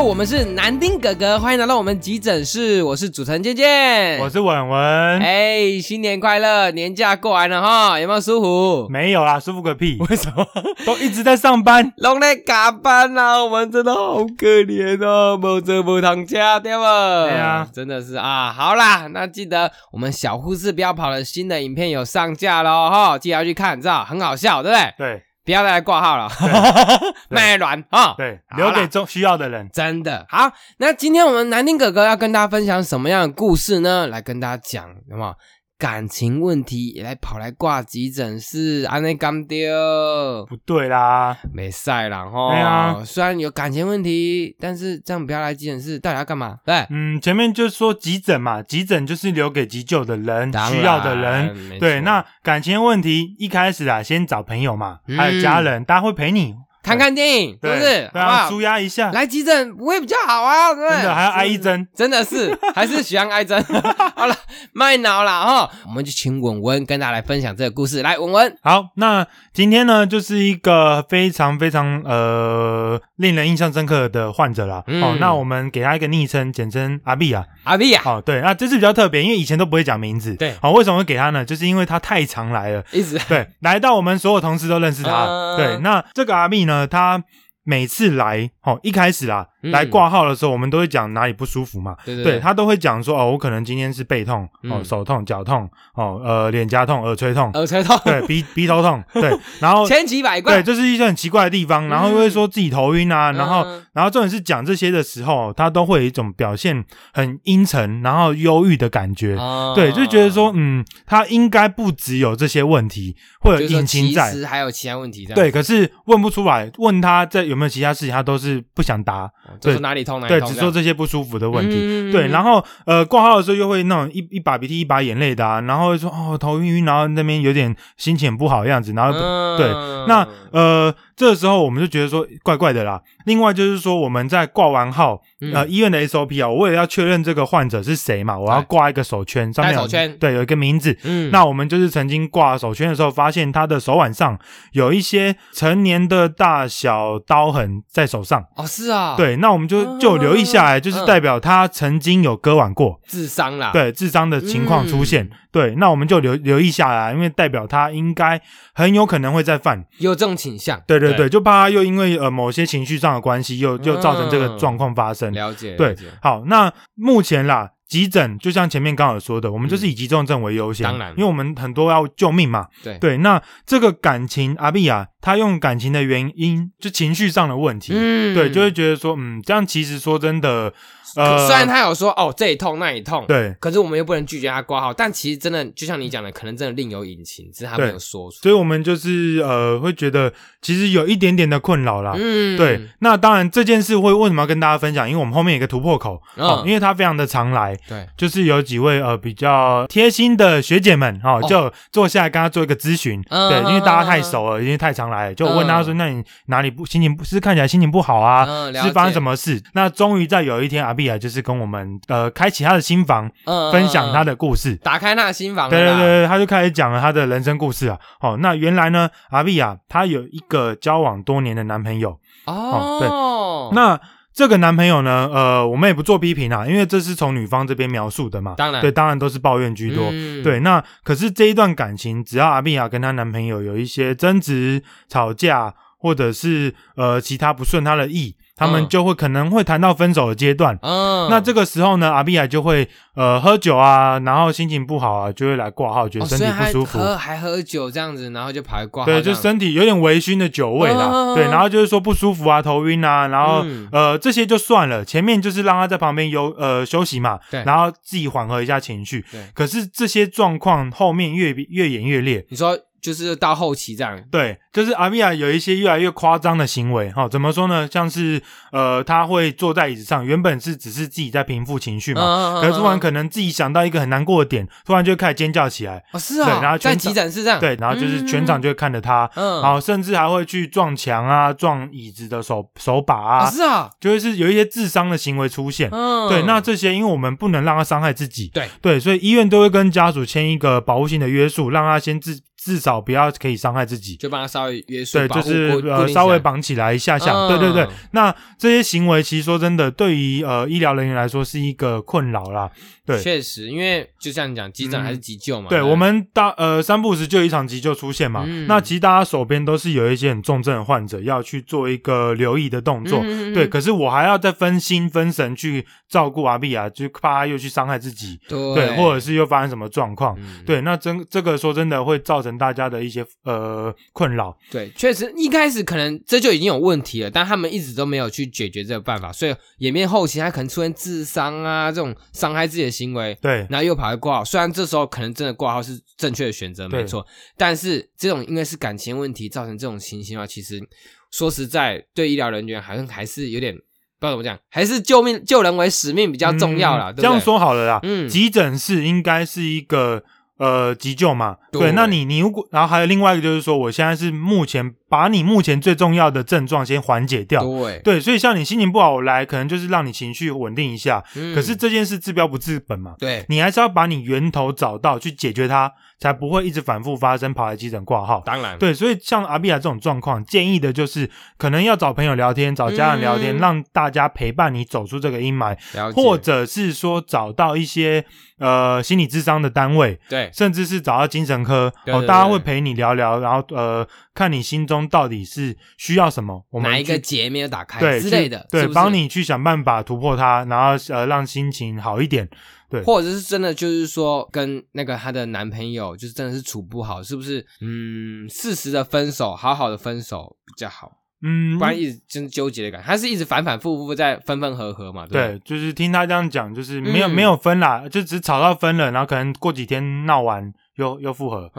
我们是南丁哥哥，欢迎来到我们急诊室，我是主持人健健，我是文文。哎，新年快乐！年假过完了哈，有没有舒服？没有啦，舒服个屁，为什么？都一直在 上班。拢在加班啦，我们真的好可怜哦，没这没糖吃，对哎吧？对啊真的是啊。好啦，那记得我们小护士不要跑的新的影片有上架喽哈，记得要去看，知道很好笑，对不对？ 对不要再来挂号了， 卖卵啊！对，好啦留给中需要的人。真的好，那今天我们南丁哥哥要跟大家分享什么样的故事呢？来跟大家讲，好不好？感情问题也来跑来挂急诊室，安内干丢，不对 啦，没赛啦吼。对啊虽然有感情问题，但是这样不要来急诊室，到底要干嘛？哎对，嗯，前面就说急诊嘛，急诊就是留给急救的人、当然 需要的人。，没对，错那感情问题一开始啊，先找朋友嘛，嗯还有家人，大家会陪你，看看电影，是不对是？对好啊，不好舒压一下。来急诊不会比较好啊，对不对？真的还要 E 挨一针，真的是还是喜欢挨针。 好了，卖脑了哈，我们就请文文跟大家来分享这个故事。来，文文，好，那今天呢，就是一个非常非常呃令人印象深刻的患者啦。嗯哦，那我们给他一个昵称，简称阿碧啊。阿碧啊，哦，对，那这次比较特别，因为以前都不会讲名字。对好、为什么会给他呢？就是因为他太常来了，一直对，来到我们所有同事都认识他。嗯对，那这个阿密呢，他每次来，哦，一开始啊，嗯来挂号的时候，我们都会讲哪里不舒服嘛。对对对对，他都会讲说，哦，我可能今天是背痛，哦，嗯手痛、脚痛，哦，呃，脸颊痛、耳垂痛，耳垂痛， 对，鼻鼻头痛，对，然后 千奇百对，怪，就是一些很奇怪的地方，然后又会说自己头晕啊，嗯然后然后重点是讲这些的时候，他都会有一种表现很阴沉，然后忧郁的感觉。啊对，就觉得说，嗯，他应该不只有这些问题，会有就是说隐情其在。实还有其他问题，这样对，，可是问不出来，问他这有没有其他事情，他都是不想答。就对说哪里痛哪里对，痛只这说样，这些不舒服的问题。题对，然后后呃，挂号的时候又会那种一一把鼻涕一把眼泪的、啊，然后会说哦头晕晕，然后那边有点心情不好的样子，然后不嗯对那呃，这时候我们就觉得说怪怪的啦。另外就是说，我们在挂完号，呃，医院的 SOP 啊，我为了要确认这个患者是谁嘛，我要嗯对挂一个手圈，上面戴有手圈对，有一个名字。嗯那我们就是曾经挂手圈的时候，发现他的手腕上有一些成年的大小刀痕在手上。哦是啊，，嗯对，那我们就就留意下来，就是代表他曾经有割腕过，智商啦，，对，智商的情况出现啊嗯。对，那我们就留留意下来，因为代表他应该很有可能会再犯。有这种倾向，对对对，，就怕他又因为呃某些情绪上的关系，又又造成这个嗯状况发生。了解，对了解，好，那目前啦，急诊就像前面刚好有说的，我们就是以急重症为优嗯先，当然因为我们很多要救命嘛。对对，那这个感情阿碧啊，他用感情的原因，就情绪上的问题，嗯对，就会觉得说，嗯，这样其实说真的，呃，虽然他有说哦这里痛那里痛，对。可是我们又不能拒绝他挂号，但其实真的就像你讲的，可能真的另有隐情，只是他没对有说出。所以，我们就是呃，会觉得其实有一点点的困扰啦。嗯对，，那当然这件事会为什么要跟大家分享？因为我们后面有一个突破口，嗯哦，因为他非常的常来，对，就是有几位呃比较贴心的学姐们哦哦，就坐下来跟他做一个咨询。嗯对，因为大家太熟了，因为太常来了，就我问他说：“那你哪里不心情不是看起来心情不好啊？嗯，是发生什么？么事？”那终于在有一天，阿碧啊就是跟我们呃开启他的心房，嗯分享他的，的故事。打开他的心房了对对啦。对，对他就开始讲了他的人生故事啊。哦，那原来呢，阿碧啊，她有一个交往多年的男朋友，哦，那这个男朋友呢？呃，我们也不做批评啊，因为这是从女方这边描述的嘛。当然对，当然都是抱怨居多。嗯对，那可是这一段感情，只要阿碧亚跟她男朋友有一些争执、吵架，或者是呃其他不顺她的意，他们嗯就会可能会谈到分手的阶段。嗯，那这个时候呢，阿碧亚就会呃喝酒啊，然后心情不好啊，就会来挂号，觉得哦身体所以不还舒服。喝还喝酒这样子，然后就跑来挂号这对，样，就身体有点微醺的酒味啦，嗯对，然后就是说不舒服啊，头晕啊，然后、嗯呃这些就算了，前面就是让他在旁边休呃休息嘛，对然后自己缓和一下情绪对。可是这些状况后面越越演越烈，你说就是到后期这样，对，就是阿米亚有一些越来越夸张的行为哈、怎么说呢？像是呃他会坐在椅子上，原本是只是自己在平复情绪嘛。嗯可是突然可能自己想到一个很难过的点，突然就开始尖叫起来，哦是啊，对然后全在急诊室这样，，对，然后就是全场就会看着他，嗯，然后甚至还会去撞墙啊、撞椅子的手手把啊，哦是啊，就会是有一些智商的行为出现。嗯，对，那这些因为我们不能让他伤害自己，对对，所以医院都会跟家属签一个保护性的约束，让他先自至少不要可以伤害自己。就帮他稍微约束，对，保就护是固固呃定稍起微来绑起来一下下，对对对嗯。那这些行为其实说真的，对于呃医疗人员来说是一个困扰啦。对确实，因为就像你讲，急诊还是嗯急救嘛。对不我们大呃三不五时就有一场急救出现嘛，嗯那其实大家手边都是有一些很重症的患者要去做一个留意的动作。嗯嗯嗯对，可是我还要再分心分神去照顾阿碧啊，就怕他又去伤害自己，对对，或者是又发生什么状况，嗯对，那真这个说真的会造成大家的一些呃困扰，对，确实一开始可能这就已经有问题了，但他们一直都没有去解决这个办法，所以演变后期他可能出现自伤啊这种伤害自己的行为，对，然后又跑来挂号。虽然这时候可能真的挂号是正确的选择，对没错，但是这种因为是感情问题造成这种情形的话，其实说实在，对医疗人员好像还是有点不知道怎么讲，还是救命救人为使命比较重要啦。嗯对不这样对，说好了啦，嗯急诊室应该是一个呃急救嘛，对对。那你你如果，然后还有另外一个就是说，我现在是目前把你目前最重要的症状先缓解掉。对，对，所以像你心情不好，我来可能就是让你情绪稳定一下。嗯可是这件事治标不治本嘛，对，你还是要把你源头找到，去解决它，才不会一直反复发生，跑来急诊挂号。当然，对，所以像阿比亚这种状况，建议的就是可能要找朋友聊天，找家人聊天，嗯让大家陪伴你走出这个阴霾。了解，或者是说找到一些呃心理智商的单位，对，甚至是找到精神科对哦，对大家对会陪你聊聊，然后呃，看你心中到底是需要什么，我们哪一个去结没有打开对之去类的，对是不是帮你去想办法突破它，然后呃让心情好一点。对或者是真的就是说跟那个她的男朋友就是真的是处不好，是不是？嗯，适时的分手，好好的分手比较好，嗯不，然一直真纠结的感觉，他是一直反反复复在分分合合嘛，对不对，就是听他这样讲，就是没有、嗯没有分啦，就只吵到分了，然后可能过几天闹完又又复合。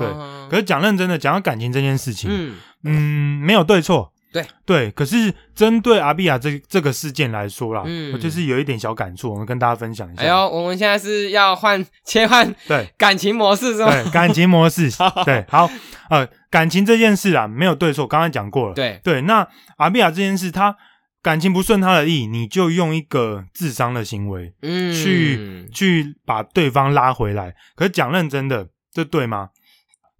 对，嗯，可是讲认真的，讲到感情这件事情，嗯，嗯，没有对错，对对。可是针对阿比亚这这个事件来说啦，嗯我就是有一点小感触，我们跟大家分享一下。哎呦，我们现在是要换切换对感情模式是吗？ 对，感情模式，对，好，呃，感情这件事啊，没有对错，刚刚讲过了。对，对，那阿比亚这件事，他感情不顺他的意，你就用一个智商的行为嗯，去、去把对方拉回来。可是讲认真的，这对吗？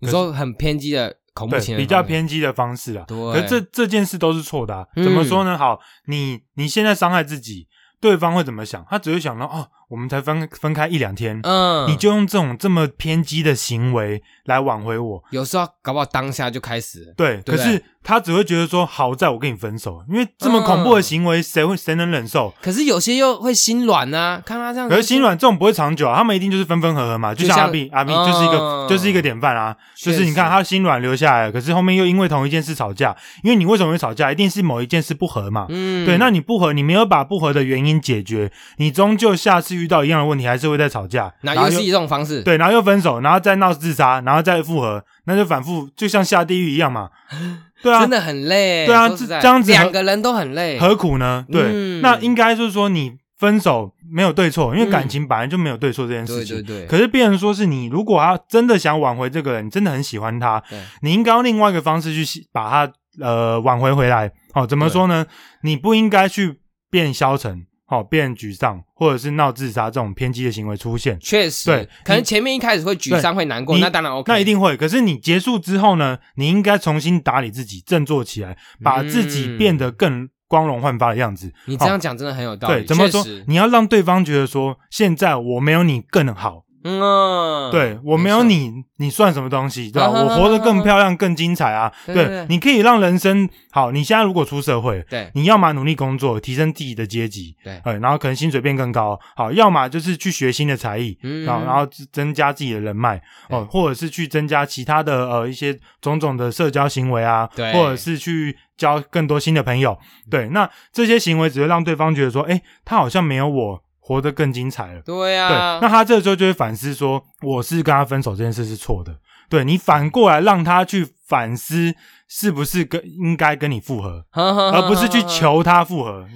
你说很偏激的恐怖情对，人，比较，偏激的方式啊。对，嗯可是这这件事都是错的、啊，怎么说呢？好，你你现在伤害自己，对方会怎么想？他只会想到哦，我们才分分开一两天，嗯，你就用这种这么偏激的行为来挽回我。有时候搞不好当下就开始了，对，对可是他只会觉得说，好在我跟你分手，因为这么嗯恐怖的行为，谁会谁能忍受？可是有些又会心软呐、看他这样子，可是心软这种不会长久啊，他们一定就是分分合合嘛，嗯就就像像阿碧，阿碧就是一个嗯就是一个典范啊，确就实是你看他心软留下来了，可是后面又因为同一件事吵架，因为你为什么会吵架，一定是某一件事不合嘛，嗯，对，那你不合，你没有把不合的原因解决，你终究下次遇到一样的问题，还是会再吵架，那然后又是以这种方式，，对，啊然后又分手，然后再闹自杀，然后再复合，那就反复，就像下地狱一 样嘛。对啊真，的很累，对啊说实在这这样子两个人都很累，何苦呢？对，嗯那应该就是说你分手没有对错，因为嗯感情本来就没有对错这件事对对情。对，可是别人说是你，如果他真的想挽回这个人，你真的很喜欢他对，你应该用另外一个方式去吸把他呃挽回回来。哦，怎么对说呢？你不应该去变消沉，哦，变沮丧，或者是闹自杀这种偏激的行为出现。确实，对可能前面一开始会沮丧会难过，你那当然 OK，那一定会，可是你结束之后呢？你应该重新打理自己，振作起来，把自己嗯变得更光荣焕发的样子。你这样讲真的很有道理，对，怎么说嗯确实？你要让对方觉得说，现在我没有你更好，嗯啊，对我没有错，你，你算什么东西，对吧？啊哈我哈活得哈更哈漂亮、更精彩啊！对对对对，你可以让人生好。你现在如果出社会，对你要么努力工作，提升自己的阶级，对呃，然后可能薪水变更高，好，要么就是去学新的才艺，嗯然后然后增加自己的人脉，哦、对或者是去增加其他的呃一些种种的社交行为啊，对嗯或者是去交更多新的朋友，对，那这些行为只会让对方觉得说，哎，他好像没有我活得更精彩了。对对啊，，那他这时候就会反思说，我是跟他分手这件事是错的。对你反过来让他去反思，是不是跟应该跟你复合，而而不是去求他复嗯合。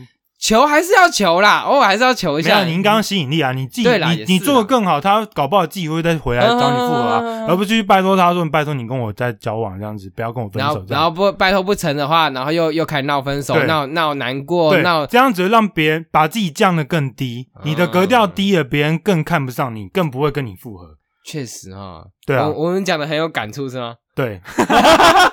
求还是要求啦，偶尔还是要求一没下，有，你应该用吸引力啊，你自己对啦也你你是做的啦更好，他搞不好自己会再回来找你复合嗯嗯嗯嗯嗯，啊而不是去拜托他说，你拜托你跟我再交往这样子，不要跟我嗯分然手后这然后。样不拜托不成的话，然后又又开始闹分手，对闹闹难过，对闹，嗯这样子让别人把自己降得更低，你的格调低了，别人更看不上你，更不会跟你复合。确实哦哈，对啊，我我们讲的很有感触是吗？对，哇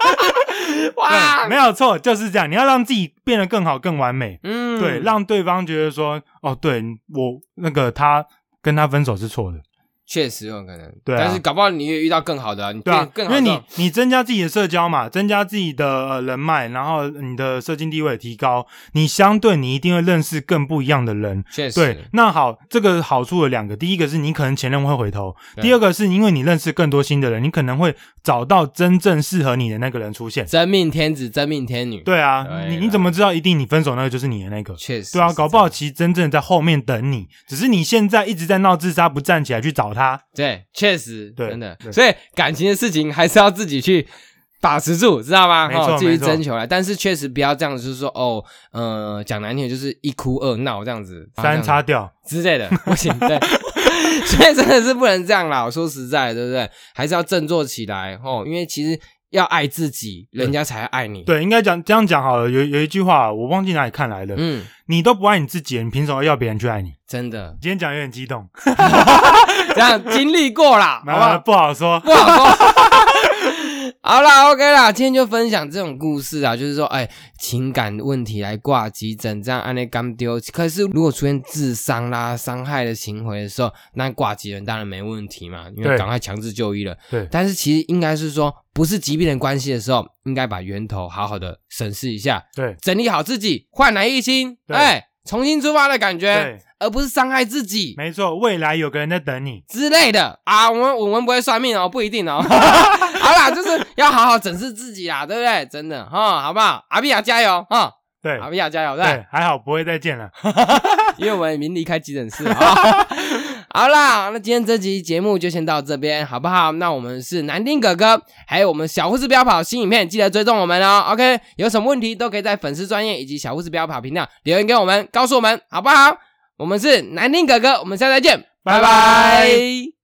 对，没有错，就是这样。你要让自己变得更好、更完美，嗯，对，让对方觉得说，哦，对我那个他跟他分手是错的，确实有可能，对啊但是搞不好你也遇到更好的啊，你对啊变，更因好的为你你增加自己的社交嘛，增加自己的、呃、人脉，然后你的社经地位提高，你相对你一定会认识更不一样的人。确实对，那好，这个好处有两个，第一个是你可能前任会回头，对第二个是因为你认识更多新的人，你可能会找到真正适合你的那个人出现。真命天子，真命天女，，对啊，对你啦你怎么知道一定你分手那个就是你的那个？确实，对啊，搞不好其实真正在后面等你，只是你现在一直在闹自杀，不站起来去找他。对，确实，对真的，对所以感情的事情还是要自己去把持住，知道吗？没错齁自己没去错征求来，但是确实不要这样子，就是说哦，呃，讲难听点就是一哭二闹这样子，啊三叉掉，之类的，不行，对。 所以真的是不能这样啦，我说实在的，对不对？还是要振作起来哦，因为其实要爱自己，人家才爱你。，对，应该讲这样讲好了。有有一句话，我忘记哪里看来的，嗯，你都不爱你自己，你凭什么要别人去爱你？真的，今天讲有点激动，这样经历过 啦，好不啊，好？不好说。 不好说。好啦，OK 啦，今天就分享这种故事啊，就是说，哎、情感问题来挂急诊，这样案例刚丢。可是如果出现自伤啦、伤害的行为的时候，那挂急诊当然没问题嘛，因为对赶快强制就医了。对但是其实应该是说，不是疾病的关系的时候，应该把源头好好的审视一下，对整理好自己，焕然一新，对哎、重新出发的感觉，对，而不是伤害自己。没错，未来有个人在等你。之类的啊，我们我们不会算命哦，不一定 哦。好啦，就是要好好整治自己啦，对不对？真的哈、好不好？阿比亚加油哈！对阿比亚加油，对，对，还好不会再见了。因为我们已经离开急诊室了啊。好啦，那今天这集节目就先到这边，好不好？那我们是南丁哥哥，还有我们小护士标跑新影片，记得追踪我们哦。OK，有什么问题都可以在粉丝专业以及小护士标跑频道留言给我们，告诉我们好不好？我们是南丁哥哥，我们下次再见，拜拜拜拜